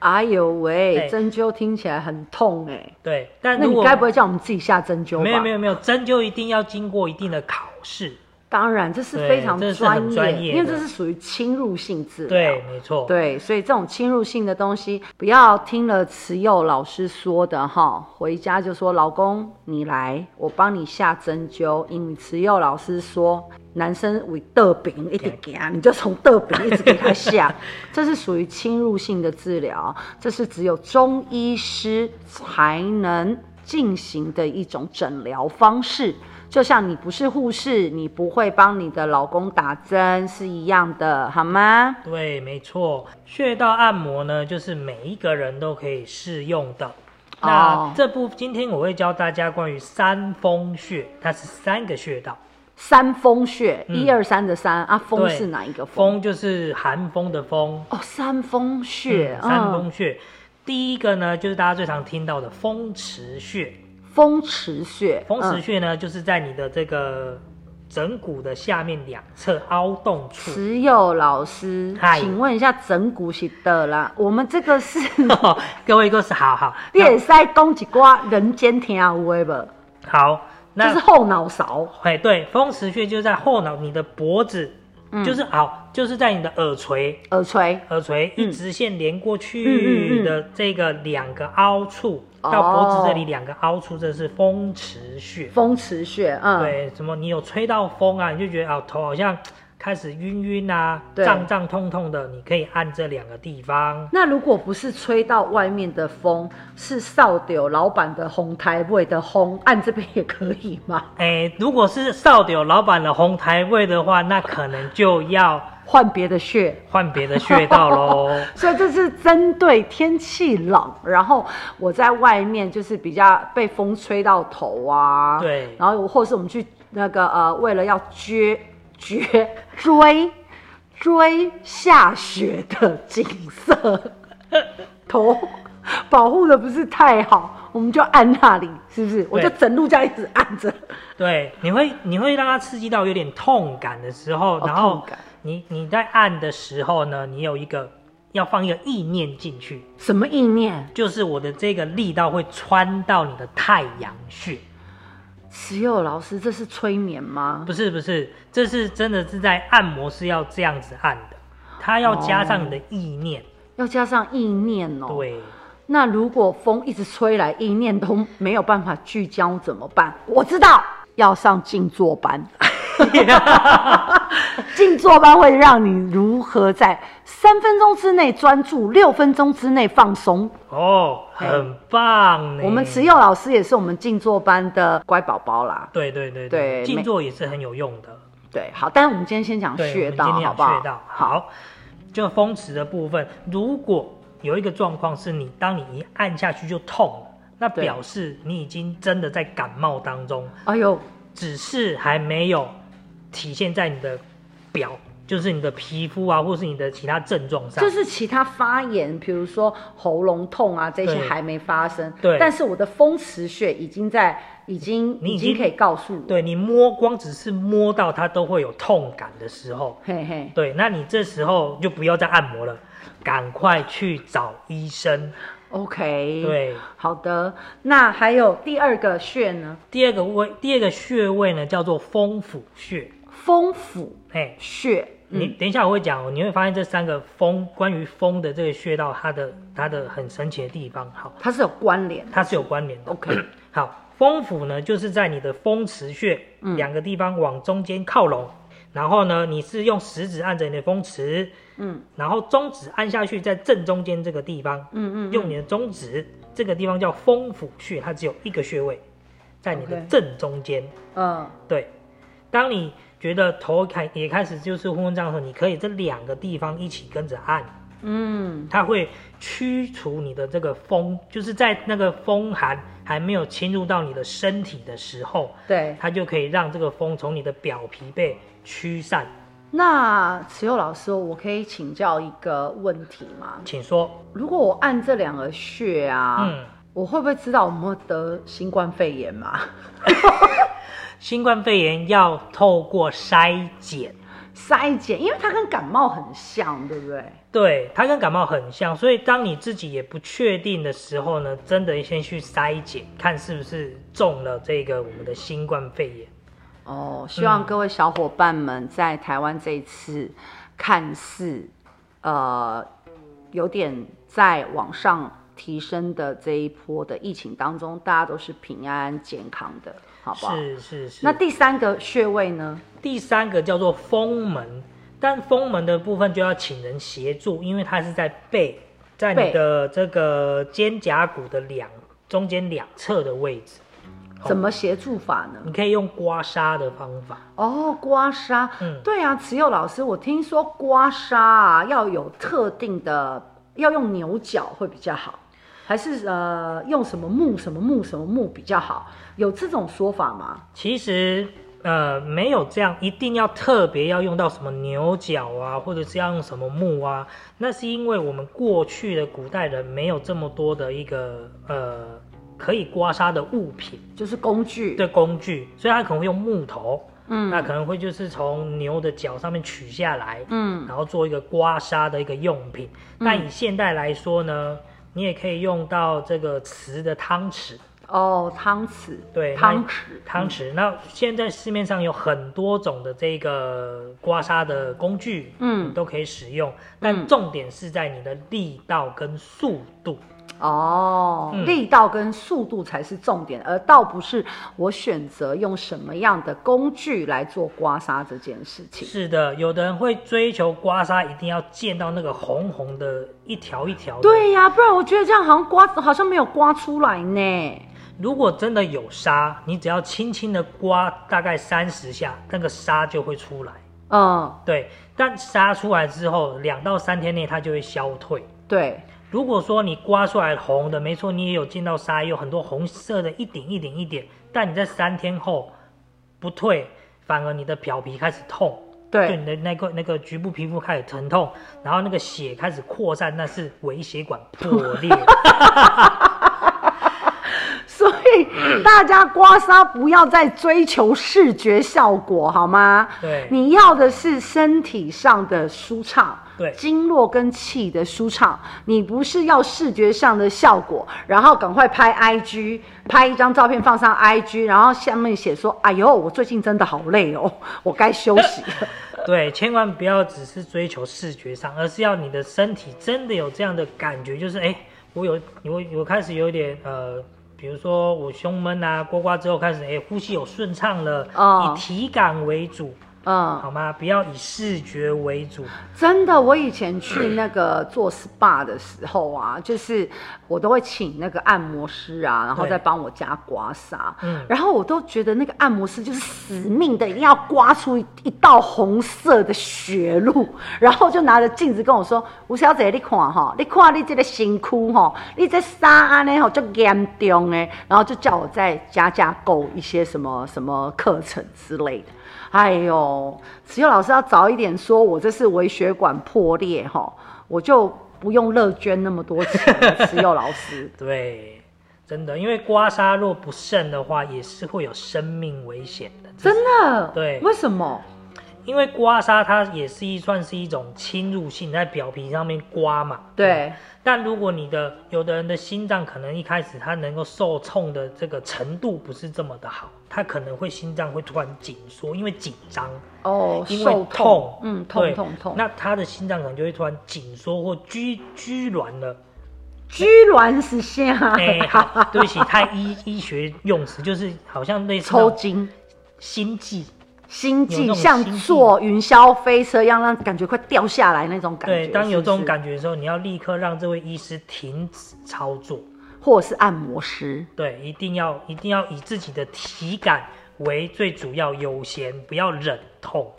[SPEAKER 1] 哎呦喂，
[SPEAKER 2] 对
[SPEAKER 1] 针灸听起来很痛哎、
[SPEAKER 2] 对，但
[SPEAKER 1] 那
[SPEAKER 2] 如
[SPEAKER 1] 你
[SPEAKER 2] 果
[SPEAKER 1] 该不会叫我们自己下针灸吧？
[SPEAKER 2] 没有没有没有针灸一定要经过一定的考试，
[SPEAKER 1] 当然这是
[SPEAKER 2] 对
[SPEAKER 1] 非常
[SPEAKER 2] 这是
[SPEAKER 1] 专
[SPEAKER 2] 很
[SPEAKER 1] 业，
[SPEAKER 2] 专业的
[SPEAKER 1] 因为这是属于侵入性治疗。
[SPEAKER 2] 对，没错，
[SPEAKER 1] 啊对，所以这种侵入性的东西，不要听了慈幼老师说的哈，回家就说老公你来，我帮你下针灸。因为慈幼老师说，男生为得病一直行，你就从得病一直给他下，这是属于侵入性的治疗，这是只有中医师才能进行的一种诊疗方式。就像你不是护士，你不会帮你的老公打针是一样的，好吗？
[SPEAKER 2] 对，没错，穴道按摩呢，就是每一个人都可以适用的。
[SPEAKER 1] 哦
[SPEAKER 2] 那这部今天我会教大家关于三风穴，它是三个穴道。
[SPEAKER 1] 三风穴，
[SPEAKER 2] 嗯
[SPEAKER 1] 一二三的三啊，风
[SPEAKER 2] 对
[SPEAKER 1] 是哪一个风？
[SPEAKER 2] 风就是寒风的风，
[SPEAKER 1] 哦，三风穴，嗯、
[SPEAKER 2] 嗯三风穴。第一个呢，就是大家最常听到的风池穴。
[SPEAKER 1] 风池穴，
[SPEAKER 2] 风池
[SPEAKER 1] 嗯
[SPEAKER 2] 穴呢，就是在你的这个枕骨的下面两侧凹洞处。
[SPEAKER 1] 慈幼老师，
[SPEAKER 2] 嗨
[SPEAKER 1] 请问一下整骨是的啦，我们这个是 <laughs>
[SPEAKER 2] <laughs> 各位都是好好，
[SPEAKER 1] 你
[SPEAKER 2] 那
[SPEAKER 1] 也塞讲一瓜人间天啊喂吧，
[SPEAKER 2] 好，
[SPEAKER 1] 就
[SPEAKER 2] 那
[SPEAKER 1] 是后脑勺，
[SPEAKER 2] 哎，对，风池穴就是在后脑，你的脖子，
[SPEAKER 1] 嗯
[SPEAKER 2] 就是好，就是在你的耳垂，
[SPEAKER 1] 耳垂，
[SPEAKER 2] 耳垂
[SPEAKER 1] 嗯
[SPEAKER 2] 一直线连过
[SPEAKER 1] 嗯嗯嗯
[SPEAKER 2] 去的这个两个凹处，
[SPEAKER 1] 哦
[SPEAKER 2] 到脖子这里两个凹处，这是风池穴。
[SPEAKER 1] 风池穴，嗯，
[SPEAKER 2] 对，什么你有吹到风啊，你就觉得啊头好像开始晕晕啊，
[SPEAKER 1] 对
[SPEAKER 2] 胀胀痛痛的，你可以按这两个地方。
[SPEAKER 1] 那如果不是吹到外面的风，是扫丢老板的红台位的风，按这边也可以吗？
[SPEAKER 2] 哎，如果是少屌老板的红台位的话，那可能就要
[SPEAKER 1] 换别的穴，
[SPEAKER 2] 换别的穴道
[SPEAKER 1] <laughs>
[SPEAKER 2] 喽。
[SPEAKER 1] 所以这是针对天气冷，然后我在外面就是比较被风吹到头啊，
[SPEAKER 2] 对
[SPEAKER 1] 然后或是我们去那个呃，为了要撅撅追追下雪的景色，头保护的不是太好，我们就按那里，是不是？我就整路这样一直按着，
[SPEAKER 2] 对，你会你会让它刺激到有点痛感的时候，
[SPEAKER 1] 哦
[SPEAKER 2] 然
[SPEAKER 1] 痛
[SPEAKER 2] 后
[SPEAKER 1] 感
[SPEAKER 2] 你你在按的时候呢，你有一个要放一个意念进去，
[SPEAKER 1] 什么意念？
[SPEAKER 2] 就是我的这个力道会穿到你的太阳穴，
[SPEAKER 1] 石友老师，这是催眠吗？
[SPEAKER 2] 不是不是，这是真的是在按摩是要这样子按的，它要加上你的意念，
[SPEAKER 1] 要加上意念哦。
[SPEAKER 2] 对，
[SPEAKER 1] 那如果风一直吹来，意念都没有办法聚焦，怎么办？我知道要上静坐班。 <laughs> 静坐班会让你如何在三分钟之内专注，六分钟之内放松。
[SPEAKER 2] 哦，很棒呢。
[SPEAKER 1] 我们慈幼老师也是我们静坐班的乖宝宝啦。
[SPEAKER 2] 对对对
[SPEAKER 1] 对
[SPEAKER 2] 静
[SPEAKER 1] 每
[SPEAKER 2] 坐也是很有用的。
[SPEAKER 1] 对，好，但是我们今天先讲
[SPEAKER 2] 对，
[SPEAKER 1] 穴
[SPEAKER 2] 我
[SPEAKER 1] 道，
[SPEAKER 2] 们今天
[SPEAKER 1] 好
[SPEAKER 2] 讲
[SPEAKER 1] 不好
[SPEAKER 2] 穴？道好，就风池的部分，如果有一个状况是你当你一按下去就痛了，那
[SPEAKER 1] 对
[SPEAKER 2] 表示你已经真的在感冒当中，
[SPEAKER 1] 哎呦，
[SPEAKER 2] 只是还没有体现在你的表，就是你的皮肤啊，或是你的其他症状上。
[SPEAKER 1] 就是其他发炎，比如说喉咙痛啊，这些
[SPEAKER 2] 对
[SPEAKER 1] 还没发生。
[SPEAKER 2] 对
[SPEAKER 1] 但是我的风池穴已经在，已经
[SPEAKER 2] 你已
[SPEAKER 1] 经
[SPEAKER 2] 经
[SPEAKER 1] 可以告诉我。，
[SPEAKER 2] 对你摸，光只是摸到它都会有痛感的时候，
[SPEAKER 1] 嘿嘿，
[SPEAKER 2] 对，那你这时候就不要再按摩了，赶快去找医生。
[SPEAKER 1] OK，，
[SPEAKER 2] 对，
[SPEAKER 1] 好的。那还有第二个穴呢，
[SPEAKER 2] 第二个位，第二个穴位呢叫做风府穴。
[SPEAKER 1] 风府
[SPEAKER 2] 哎，
[SPEAKER 1] 穴。
[SPEAKER 2] 你
[SPEAKER 1] 嗯，
[SPEAKER 2] 等一下我会讲哦，你会发现这三个风关于风的这个穴道，它的它的很神奇的地方。好，
[SPEAKER 1] 它是有关联的。
[SPEAKER 2] 它是有关联的。 <coughs>
[SPEAKER 1] OK，
[SPEAKER 2] 好，风府呢就是在你的风池穴
[SPEAKER 1] 嗯
[SPEAKER 2] 两、个地方往中间靠拢，然后呢你是用食指按着你的风池，
[SPEAKER 1] 嗯
[SPEAKER 2] 然后中指按下去，在正中间这个地方，
[SPEAKER 1] 嗯嗯
[SPEAKER 2] 用你的中指，这个地方叫风府穴，它只有一个穴位，在你的
[SPEAKER 1] OK
[SPEAKER 2] 正中间。
[SPEAKER 1] 嗯，
[SPEAKER 2] 对，当你觉得头开也开始就是昏昏胀的时候，你可以这两个地方一起跟着按，
[SPEAKER 1] 嗯，
[SPEAKER 2] 它会驱除你的这个风，就是在那个风寒还没有侵入到你的身体的时候，
[SPEAKER 1] 对。
[SPEAKER 2] 它就可以让这个风从你的表皮被驱散。
[SPEAKER 1] 那慈幼老师，我可以请教一个问题吗？
[SPEAKER 2] 请说，
[SPEAKER 1] 如果我按这两个穴啊，
[SPEAKER 2] 嗯，
[SPEAKER 1] 我会不会知道我们会得新冠肺炎啊嘛？
[SPEAKER 2] 新冠肺炎要透过筛检。
[SPEAKER 1] 筛检，因为它跟感冒很像，对不对？
[SPEAKER 2] 对，它跟感冒很像，所以当你自己也不确定的时候呢，真的先去筛检，看是不是中了这个我们的新冠肺炎。
[SPEAKER 1] 哦，希望各位小伙伴们在台湾这一次看似呃有点在往上提升的这一波的疫情当中，大家都是平安健康的，好不好？
[SPEAKER 2] 是是是。
[SPEAKER 1] 那第三个穴位呢？
[SPEAKER 2] 第三个叫做封门，但封门的部分就要请人协助，因为它是在背，在你
[SPEAKER 1] 背
[SPEAKER 2] 的这个肩胛骨的两中间两侧的位置，
[SPEAKER 1] 怎么协助法呢？
[SPEAKER 2] 你可以用刮痧的方法。
[SPEAKER 1] 哦，刮痧，
[SPEAKER 2] 嗯
[SPEAKER 1] 对啊，慈幼老师，我听说刮痧啊要有特定的，要用牛角会比较好，还是呃用什么木什么木什么木比较好？有这种说法吗？
[SPEAKER 2] 其实呃没有这样，一定要特别要用到什么牛角啊，或者是要用什么木啊，那是因为我们过去的古代人没有这么多的一个呃可以刮痧的物品
[SPEAKER 1] 就是工具，
[SPEAKER 2] 的工具，所以他可能会用木头，
[SPEAKER 1] 嗯
[SPEAKER 2] 那可能会就是从牛的角上面取下来，
[SPEAKER 1] 嗯
[SPEAKER 2] 然后做一个刮痧的一个用品。那以现代来说呢，你也可以用到这个瓷的汤匙。
[SPEAKER 1] 哦，汤匙，
[SPEAKER 2] 对那
[SPEAKER 1] 汤匙，
[SPEAKER 2] 汤匙。那现在市面上有很多种的这个刮痧的工具，
[SPEAKER 1] 嗯
[SPEAKER 2] 你都可以使用。但重点是在你的力道跟速度。
[SPEAKER 1] 哦，
[SPEAKER 2] 嗯
[SPEAKER 1] 力道跟速度才是重点，而倒不是我选择用什么样的工具来做刮痧这件事情。
[SPEAKER 2] 是的，有的人会追求刮痧，一定要见到那个红红的一条一条的。，
[SPEAKER 1] 对呀、不然我觉得这样好像刮，好像没有刮出来呢。
[SPEAKER 2] 如果真的有痧，你只要轻轻的刮大概三十下，那个痧就会出来。
[SPEAKER 1] 嗯，
[SPEAKER 2] 对，但痧出来之后，两到三天内它就会消退。
[SPEAKER 1] 对，
[SPEAKER 2] 如果说你刮出来红的，没错，你也有见到沙，有很多红色的一点一点一点，但你在三天后不退，反而你的表皮开始痛，
[SPEAKER 1] 对
[SPEAKER 2] 就你的那个那个局部皮肤开始疼痛，然后那个血开始扩散，那是微血管破裂。
[SPEAKER 1] <laughs> 所以大家刮痧不要再追求视觉效果，好吗？
[SPEAKER 2] 对
[SPEAKER 1] 你要的是身体上的舒畅，
[SPEAKER 2] 对
[SPEAKER 1] 经络跟气的舒畅。你不是要视觉上的效果，然后赶快拍 IG，拍一张照片放上 IG，然后下面写说：“哎呦，我最近真的好累哦，我该休息 <laughs> 了。”
[SPEAKER 2] 对，千万不要只是追求视觉上，而是要你的身体真的有这样的感觉，就是哎。诶我有我我开始有一点呃，比如说我胸闷啊、呱呱之后开始，哎、呼吸有顺畅了，
[SPEAKER 1] 哦
[SPEAKER 2] 以体感为主，
[SPEAKER 1] 嗯，
[SPEAKER 2] 好吗？不要以视觉为主。
[SPEAKER 1] 真的，我以前去那个做 SPA 的时候啊，就是我都会请那个按摩师啊，然后
[SPEAKER 2] 对
[SPEAKER 1] 再帮我加刮痧。
[SPEAKER 2] 嗯
[SPEAKER 1] 然后我都觉得那个按摩师就是死命的要刮出一一道红色的血路，然后就拿着镜子跟我说：“吴小姐，你看哈，你看你这个辛苦哈，你这沙安呢吼就严重哎。”然后就叫我再加加购一些什么什么课程之类的。哎呦，只有老师要早一点说我这是微血管破裂哈，我就不用乐捐那么多钱了。只有老师
[SPEAKER 2] 对，真的，因为刮痧若不慎的话，也是会有生命危险的。
[SPEAKER 1] 真的
[SPEAKER 2] 对嗯
[SPEAKER 1] 为什么？
[SPEAKER 2] 因为刮痧它也是一算是一种侵入性，在表皮上面刮嘛。
[SPEAKER 1] 对。
[SPEAKER 2] 但如果你的有的人的心脏可能一开始它能够受冲的这个程度不是这么的好，它可能会心脏会突然紧缩，因为紧张，
[SPEAKER 1] 哦，
[SPEAKER 2] 因
[SPEAKER 1] 受
[SPEAKER 2] 为痛，
[SPEAKER 1] 嗯，
[SPEAKER 2] 对
[SPEAKER 1] 痛痛痛。
[SPEAKER 2] 那他的心脏可能就会突然紧缩或拘拘挛
[SPEAKER 1] <laughs>
[SPEAKER 2] 了。
[SPEAKER 1] 居然是下 <laughs>
[SPEAKER 2] 哎、好，对不起，太医医学用词就是好像类似那
[SPEAKER 1] 抽
[SPEAKER 2] 种
[SPEAKER 1] 筋、
[SPEAKER 2] 心悸，
[SPEAKER 1] 心
[SPEAKER 2] 有那
[SPEAKER 1] 悸，
[SPEAKER 2] 种
[SPEAKER 1] 像
[SPEAKER 2] 心悸
[SPEAKER 1] 坐云霄飞车一样，让感觉快掉下来那种感觉。
[SPEAKER 2] 对，当有
[SPEAKER 1] 是
[SPEAKER 2] 这种
[SPEAKER 1] 不是，
[SPEAKER 2] 感觉的时候，你要立刻让这位医师停止操作。
[SPEAKER 1] 或者是按摩师。
[SPEAKER 2] 对，一定要一定要以自己的体感为最主要优先，不要忍痛。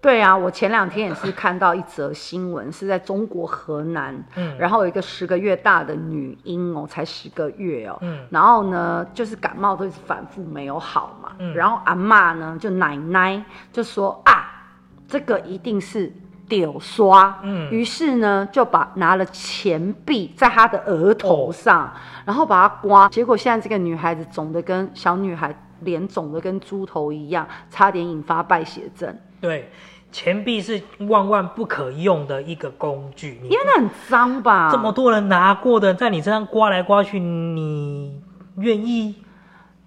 [SPEAKER 1] 对啊，我前两天也是看到一则新闻，是在中国河南，
[SPEAKER 2] 嗯
[SPEAKER 1] 然后有一个十个月大的女婴哦，才十个月哦，
[SPEAKER 2] 嗯
[SPEAKER 1] 然后呢，就是感冒都一直反复没有好嘛，
[SPEAKER 2] 嗯
[SPEAKER 1] 然后阿嬷呢，就奶奶就说啊，这个一定是丢刷，
[SPEAKER 2] 嗯
[SPEAKER 1] 于是呢就把拿了钱币在她的额头
[SPEAKER 2] 哦
[SPEAKER 1] 上，然后把它刮，结果现在这个女孩子肿的跟小女孩脸肿的跟猪头一样，差点引发败血症。
[SPEAKER 2] 对，钱币是万万不可用的一个工具，你
[SPEAKER 1] 因为那很脏吧？
[SPEAKER 2] 这么多人拿过的，在你身上刮来刮去，你愿意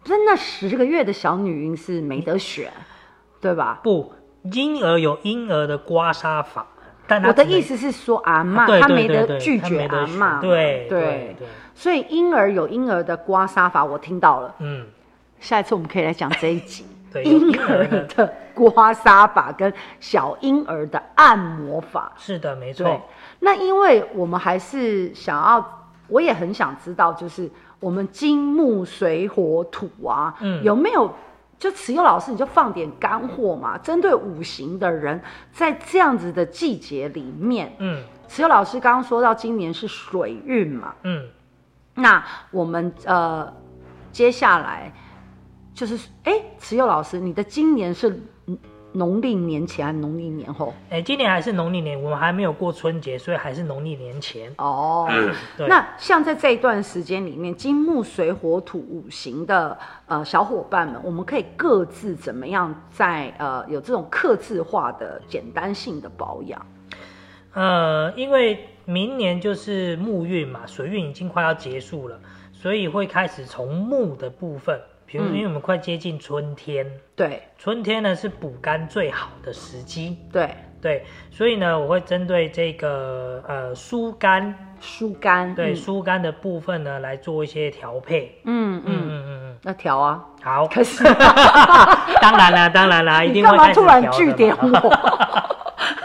[SPEAKER 1] 真的十个月的小女婴是没得选，对吧？
[SPEAKER 2] 不？婴儿有婴儿的刮痧法，但他
[SPEAKER 1] 我的
[SPEAKER 2] 只能
[SPEAKER 1] 意，思是说，阿妈
[SPEAKER 2] 对
[SPEAKER 1] 她
[SPEAKER 2] 对
[SPEAKER 1] 没
[SPEAKER 2] 对
[SPEAKER 1] 得
[SPEAKER 2] 对，
[SPEAKER 1] 拒
[SPEAKER 2] 他
[SPEAKER 1] 绝
[SPEAKER 2] 没得
[SPEAKER 1] 阿
[SPEAKER 2] 选
[SPEAKER 1] 妈，
[SPEAKER 2] 对
[SPEAKER 1] 对
[SPEAKER 2] 对。对，
[SPEAKER 1] 所以婴儿有婴儿的刮痧法，我听到了。
[SPEAKER 2] 嗯，
[SPEAKER 1] 下一次我们可以来讲这一集
[SPEAKER 2] <laughs> 对有
[SPEAKER 1] 婴
[SPEAKER 2] 婴
[SPEAKER 1] 儿
[SPEAKER 2] 儿的
[SPEAKER 1] 的刮痧法跟小婴儿的按摩法。
[SPEAKER 2] 是的，没
[SPEAKER 1] 对
[SPEAKER 2] 错，，
[SPEAKER 1] 那因为我们还是想要，我也很想知道，就是我们金木水火土啊，
[SPEAKER 2] 嗯
[SPEAKER 1] 有没有？就慈幼老师，你就放点干货嘛，针对五行的人，在这样子的季节里面，
[SPEAKER 2] 嗯
[SPEAKER 1] 慈幼老师刚刚说到今年是水运嘛，
[SPEAKER 2] 嗯，
[SPEAKER 1] 那我们呃接下来就是，哎，慈幼老师，你的今年是农历年前还是农历年后？
[SPEAKER 2] 哎，今年还是农历年，我们还没有过春节，所以还是农历年前。
[SPEAKER 1] 哦，
[SPEAKER 2] 对
[SPEAKER 1] 那像在这一段时间里面，金木水火土五行的呃小伙伴们，我们可以各自怎么样在呃有这种克制化的简单性的保养？
[SPEAKER 2] 呃，因为明年就是木运嘛，水运已经快要结束了，所以会开始从木的部分，比如说
[SPEAKER 1] 嗯
[SPEAKER 2] 因为我们快接近春天，
[SPEAKER 1] 对
[SPEAKER 2] 春天呢是补肝最好的时机，
[SPEAKER 1] 对，
[SPEAKER 2] 对，所以呢我会针对这个呃疏肝，
[SPEAKER 1] 疏肝，嗯
[SPEAKER 2] 对、疏肝的部分呢来做一些调配。
[SPEAKER 1] 嗯，嗯
[SPEAKER 2] 嗯
[SPEAKER 1] 嗯，
[SPEAKER 2] 嗯嗯
[SPEAKER 1] 那调啊，<laughs>
[SPEAKER 2] <laughs> 嗯，好，
[SPEAKER 1] 可是
[SPEAKER 2] 当然啦，当然啦，一
[SPEAKER 1] 你
[SPEAKER 2] 定
[SPEAKER 1] 干
[SPEAKER 2] 会
[SPEAKER 1] 嘛
[SPEAKER 2] 开始
[SPEAKER 1] 突
[SPEAKER 2] 调的
[SPEAKER 1] 然
[SPEAKER 2] 嘛。
[SPEAKER 1] 据点我？ <laughs>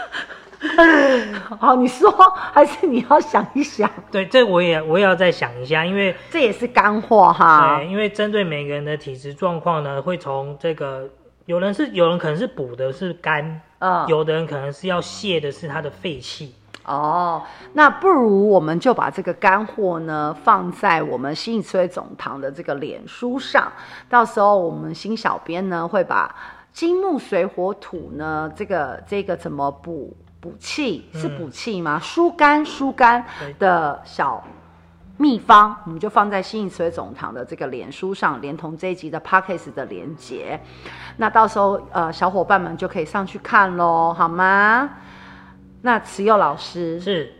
[SPEAKER 1] 好，你说还是你要想一想，
[SPEAKER 2] <laughs> 对，这我也我也要再想一下，因为
[SPEAKER 1] 这也是干货哈
[SPEAKER 2] 对，。因为针对每个人的体质状况呢，会从这个有人是有人可能是补的是肝，
[SPEAKER 1] 嗯，
[SPEAKER 2] 有的人可能是要泄的是他的肺气。
[SPEAKER 1] 哦，那不如我们就把这个干货呢放在我们新一村总堂的这个脸书上，到时候我们新小编呢会把金木水火土呢这个这个怎么补补气是补气吗？疏肝疏肝
[SPEAKER 2] 嗯对
[SPEAKER 1] 的小秘方，我们就放在新一水总堂的这个脸书上，连同这一集的 p o c k e t 的连接。那到时候呃，小伙伴们就可以上去看喽，好吗？那慈幼老师，
[SPEAKER 2] 是，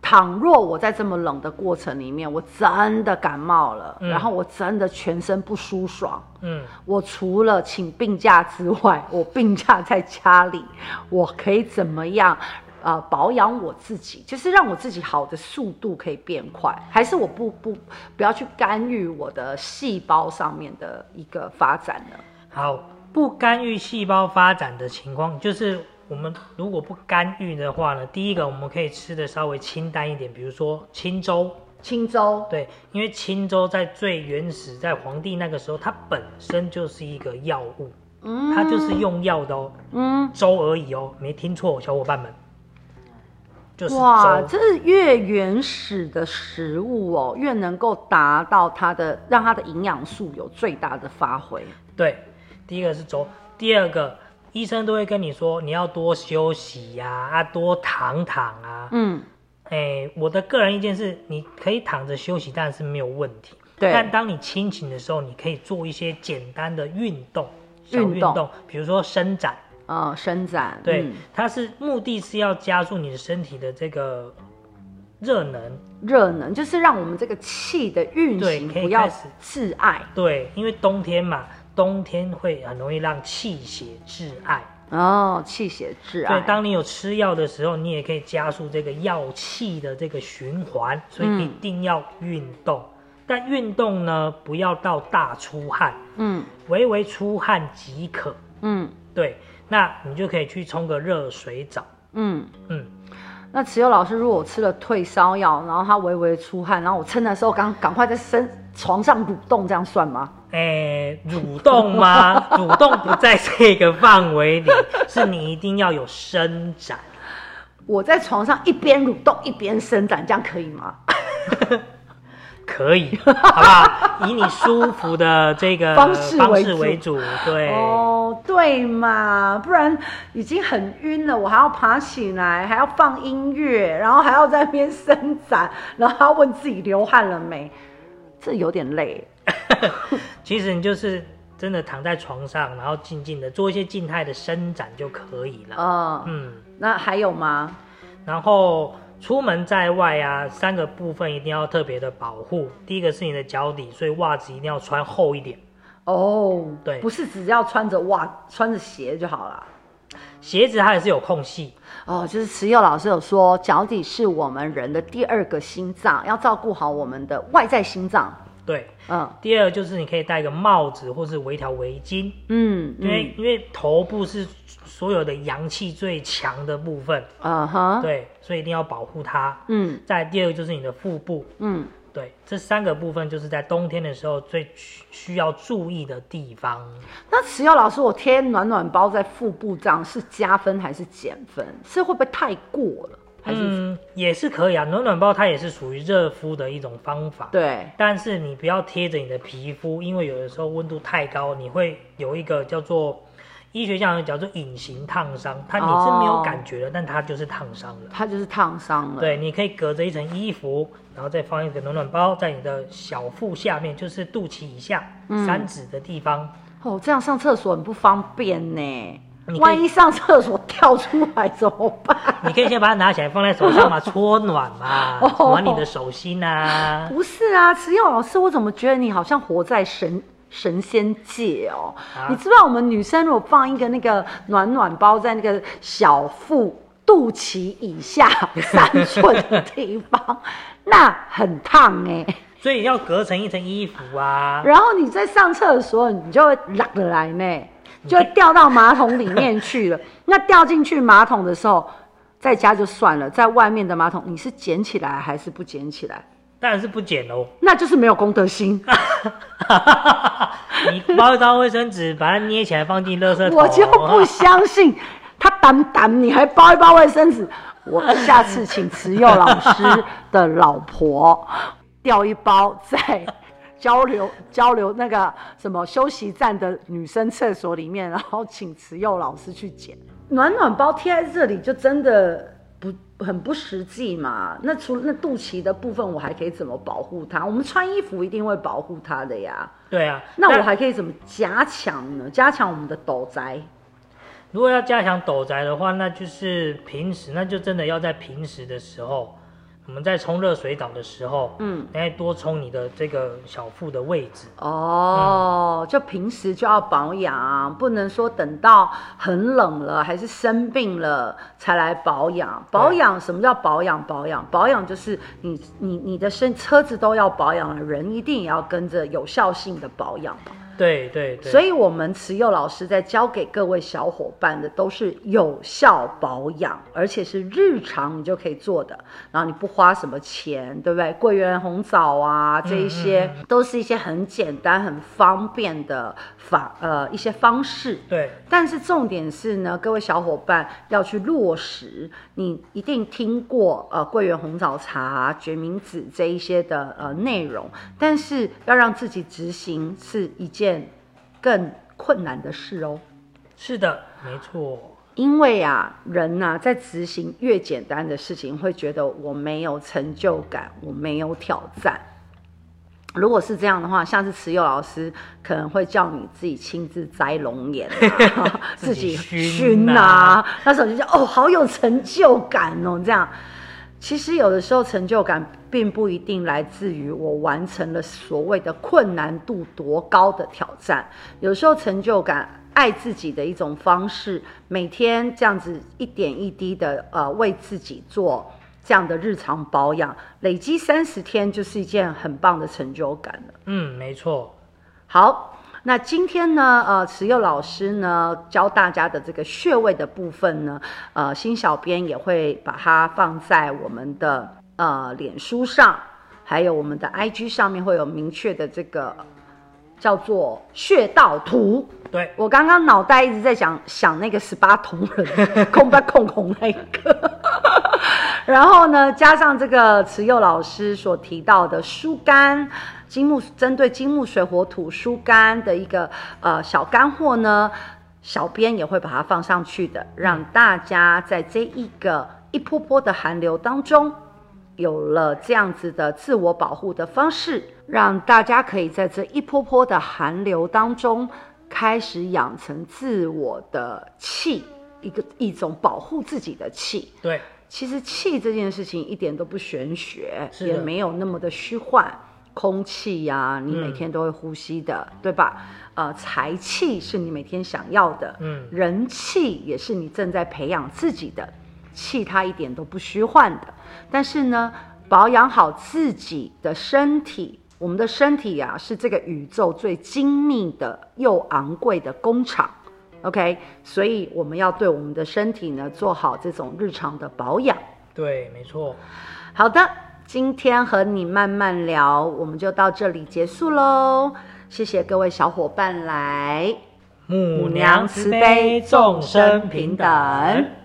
[SPEAKER 1] 倘若我在这么冷的过程里面，我真的感冒了，
[SPEAKER 2] 嗯
[SPEAKER 1] 然后我真的全身不舒爽，
[SPEAKER 2] 嗯，
[SPEAKER 1] 我除了 <laughs> 请病假之外，我病假在家里，我可以怎么样？呃保养我自己，就是让我自己好的速度可以变快，还是我不不不要去干预我的细胞上面的一个发展呢？
[SPEAKER 2] 好，不干预细胞发展的情况，就是我们如果不干预的话呢，第一个我们可以吃的稍微清淡一点，比如说清粥。
[SPEAKER 1] 青州，
[SPEAKER 2] 对，因为清粥在最原始，在皇帝那个时候，它本身就是一个药物，
[SPEAKER 1] 嗯
[SPEAKER 2] 它就是用药的哦，
[SPEAKER 1] 嗯，
[SPEAKER 2] 粥而已哦，没听错，小伙伴们，就是
[SPEAKER 1] 哇，
[SPEAKER 2] 粥。
[SPEAKER 1] 这是越原始的食物哦，越能够达到它的让它的营养素有最大的发挥。
[SPEAKER 2] 对，第一个是粥，第二个医生都会跟你说你要多休息呀、啊，多躺躺啊。
[SPEAKER 1] 嗯，
[SPEAKER 2] 哎，我的个人意见是，你可以躺着休息，当然是没有问题。
[SPEAKER 1] 对
[SPEAKER 2] 但当你清醒的时候，你可以做一些简单的运动，小
[SPEAKER 1] 运
[SPEAKER 2] 运
[SPEAKER 1] 动
[SPEAKER 2] 动比如说伸展。
[SPEAKER 1] 呃，伸展，
[SPEAKER 2] 对，
[SPEAKER 1] 嗯
[SPEAKER 2] 它是目的是要加速你的身体的这个热能。
[SPEAKER 1] 热能就是让我们这个气的运
[SPEAKER 2] 对
[SPEAKER 1] 行
[SPEAKER 2] 可以
[SPEAKER 1] 不要
[SPEAKER 2] 开始
[SPEAKER 1] 挚爱
[SPEAKER 2] 对，因为冬天嘛，冬天会很容易让气血致癌。
[SPEAKER 1] 哦，气血挚
[SPEAKER 2] 所以
[SPEAKER 1] 爱。
[SPEAKER 2] 当你有吃药的时候，你也可以加速这个药气的这个循环。所以一
[SPEAKER 1] 嗯
[SPEAKER 2] 定要运动，但运动呢，不要到大出汗，
[SPEAKER 1] 嗯
[SPEAKER 2] 微微出汗即可。
[SPEAKER 1] 嗯
[SPEAKER 2] 对，那你就可以去冲个热水澡。
[SPEAKER 1] 嗯。
[SPEAKER 2] 嗯，
[SPEAKER 1] 那慈幼老师，如果我吃了退烧药，然后他微微出汗，然后我撑的时候赶赶快在身床上蠕动，这样算吗？
[SPEAKER 2] 诶，蠕动吗？蠕动不在这个范围里，是你一定要有伸展。
[SPEAKER 1] 我在床上一边蠕动一边伸展，这样可以吗？
[SPEAKER 2] 可以，好不好？ <laughs> 以你舒服的这个
[SPEAKER 1] 方式为
[SPEAKER 2] 方式
[SPEAKER 1] 主
[SPEAKER 2] 为主，对。
[SPEAKER 1] 哦，对嘛，不然已经很晕了，我还要爬起来，还要放音乐，然后还要在那边伸展，然后还要问自己流汗了没，这有点累。
[SPEAKER 2] 其实你就是真的躺在床上，然后静静的做一些静态的伸展就可以了。
[SPEAKER 1] 嗯，
[SPEAKER 2] 嗯，
[SPEAKER 1] 那还有吗？
[SPEAKER 2] 然后出门在外啊，三个部分一定要特别的保护。第一个是你的脚底，所以袜子一定要穿厚一点。
[SPEAKER 1] 哦，
[SPEAKER 2] 对
[SPEAKER 1] 不是只要穿着袜、穿着鞋就好了。
[SPEAKER 2] 鞋子它也是有空隙，
[SPEAKER 1] 哦，就是慈幼老师有说，脚底是我们人的第二个心脏，要照顾好我们的外在心脏。
[SPEAKER 2] 对。
[SPEAKER 1] 嗯
[SPEAKER 2] 第二就是你可以戴个帽子或是围一条围巾，
[SPEAKER 1] 嗯
[SPEAKER 2] 因为、
[SPEAKER 1] 嗯
[SPEAKER 2] 因为头部是所有的阳气最强的部分，
[SPEAKER 1] 嗯哼，
[SPEAKER 2] 对，所以一定要保护它。
[SPEAKER 1] 嗯
[SPEAKER 2] 再来第二个就是你的腹部，
[SPEAKER 1] 嗯。
[SPEAKER 2] 对，这三个部分就是在冬天的时候最需需要注意的地方。
[SPEAKER 1] 那慈幼老师，我贴暖暖包在腹部这样是加分还是减分？是会不会太过了？还是、
[SPEAKER 2] 嗯，也是可以啊，暖暖包它也是属于热敷的一种方法。
[SPEAKER 1] 对
[SPEAKER 2] 但是你不要贴着你的皮肤，因为有的时候温度太高，你会有一个叫做医学上叫做隐形烫伤，它你是没
[SPEAKER 1] 哦
[SPEAKER 2] 有感觉的，但它就是烫伤了。
[SPEAKER 1] 它就是烫伤了？
[SPEAKER 2] 对，你可以隔着一层衣服，然后再放一个暖暖包在你的小腹下面，就是肚脐以下、
[SPEAKER 1] 嗯
[SPEAKER 2] 三指的地方。
[SPEAKER 1] 哦，这样上厕所很不方便呢
[SPEAKER 2] 你可。以
[SPEAKER 1] 万一上厕所跳出来怎么办？
[SPEAKER 2] 你可以先把它拿起来放在手
[SPEAKER 1] <laughs>
[SPEAKER 2] 上嘛，搓暖嘛，
[SPEAKER 1] 哦
[SPEAKER 2] 暖你的手心啊。
[SPEAKER 1] 不是啊，慈幼老师，我怎么觉得你好像活在神神仙界哦？
[SPEAKER 2] 啊
[SPEAKER 1] 你知不知道我们女生如果放一个那个暖暖包在那个小腹肚脐以下三寸的地方， <laughs> 那很烫哎、
[SPEAKER 2] 所以要隔成一层衣服啊。
[SPEAKER 1] 然后你在上厕所，你就会拉得来呢，就会掉到马桶里面去了。那掉进去马桶的时候，在家就算了，在外面的马桶，你是捡起来还是不捡起来？
[SPEAKER 2] 当然是不剪哦喽。
[SPEAKER 1] 那就是没有公德心。
[SPEAKER 2] <laughs> 你包一张卫生纸，把它捏起来放进垃圾桶。啊
[SPEAKER 1] 我就不相信他胆胆，你还包一包卫生纸。我下次请慈幼老师的老婆掉一包在交流交流那个什么休息站的女生厕所里面，然后请慈幼老师去捡暖暖包贴在这里，就真的。不很不实际嘛？那除了那肚脐的部分，我还可以怎么保护它？我们穿衣服一定会保护它的呀。
[SPEAKER 2] 对啊。
[SPEAKER 1] 那我还可以怎么加强呢？加强我们的斗宅。
[SPEAKER 2] 如果要加强斗宅的话，那就是平时，那就真的要在平时的时候，我们在冲热水澡的时候，
[SPEAKER 1] 嗯，
[SPEAKER 2] 你再多冲你的这个小腹的位置。
[SPEAKER 1] 哦，就平时就要保养，不能说等到很冷了还是生病了才来保养。保养什么叫保养？保养保养就是你你你的身车子都要保养了，人一定也要跟着有效性的保养吧。
[SPEAKER 2] 对对
[SPEAKER 1] 嗯
[SPEAKER 2] 对，
[SPEAKER 1] 所
[SPEAKER 2] 以
[SPEAKER 1] 以，我们慈幼老师在教给各位小伙伴的都是有效保养，而且是日常你就可以做的，然后你不花什么钱，对不对？桂圆红枣
[SPEAKER 2] 嗯
[SPEAKER 1] 啊，这一些、都是一些很简单、很方便的法呃一些方式。
[SPEAKER 2] 对
[SPEAKER 1] 但是重点是呢，各位小伙伴要去落实。你一定听过呃桂圆红枣茶、决明子这一些的呃内容，但是要让自己执行是一件更困难的事哦。
[SPEAKER 2] 是的，没错。
[SPEAKER 1] 因为啊，人呐、在执行越简单的事情，会觉得我没有成就感，我没有挑战。如果是这样的话，下次慈幼老师可能会叫你自己亲自摘龙眼、啊，
[SPEAKER 2] 自
[SPEAKER 1] 己
[SPEAKER 2] 己熏
[SPEAKER 1] 熏
[SPEAKER 2] 啊
[SPEAKER 1] 啊。那时候就觉得哦，好有成就感哦，这样。其实有的时候成就感并不一定来自于我完成了所谓的困难度多高的挑战，有时候成就感。爱自己的一种方式，每天这样子一点一滴的呃为自己做这样的日常保养，累积三十天就是一件很棒的成就感了。
[SPEAKER 2] 嗯，没错。
[SPEAKER 1] 好，那今天呢，呃，慈幼老师呢教大家的这个穴位的部分呢，呃，新小编也会把它放在我们的呃脸书上，还有我们的 IG 上面会有明确的这个叫做穴道图。
[SPEAKER 2] 对，
[SPEAKER 1] 我刚刚脑袋一直在想想那个十八铜人，空吧空空那一个。然后呢，加上这个慈幼老师所提到的疏肝，金木针对金木水火土疏肝的一个呃小干货呢，小编也会把它放上去的，让大家在这一个一波波的寒流当中，有了这样子的自我保护的方式，让大家可以在这一波波的寒流当中，开始养成自我的气，一个一种保护自己的气。
[SPEAKER 2] 对，
[SPEAKER 1] 其实气这件事情一点都不玄学，
[SPEAKER 2] 是的
[SPEAKER 1] 也没有那么的虚幻。空气呀、你每天都会呼吸的，
[SPEAKER 2] 嗯
[SPEAKER 1] 对吧？呃，财气是你每天想要的，
[SPEAKER 2] 嗯
[SPEAKER 1] 人气也是你正在培养自己的，气它一点都不虚幻的。但是呢，保养好自己的身体，我们的身体啊是这个宇宙最精密的又昂贵的工厂。OK，所以我们要对我们的身体呢做好这种日常的保养。
[SPEAKER 2] 对，没错。
[SPEAKER 1] 好的，今天和你慢慢聊，我们就到这里结束喽。谢谢各位小伙伴来。
[SPEAKER 2] 母
[SPEAKER 1] 母娘慈悲，众生平等。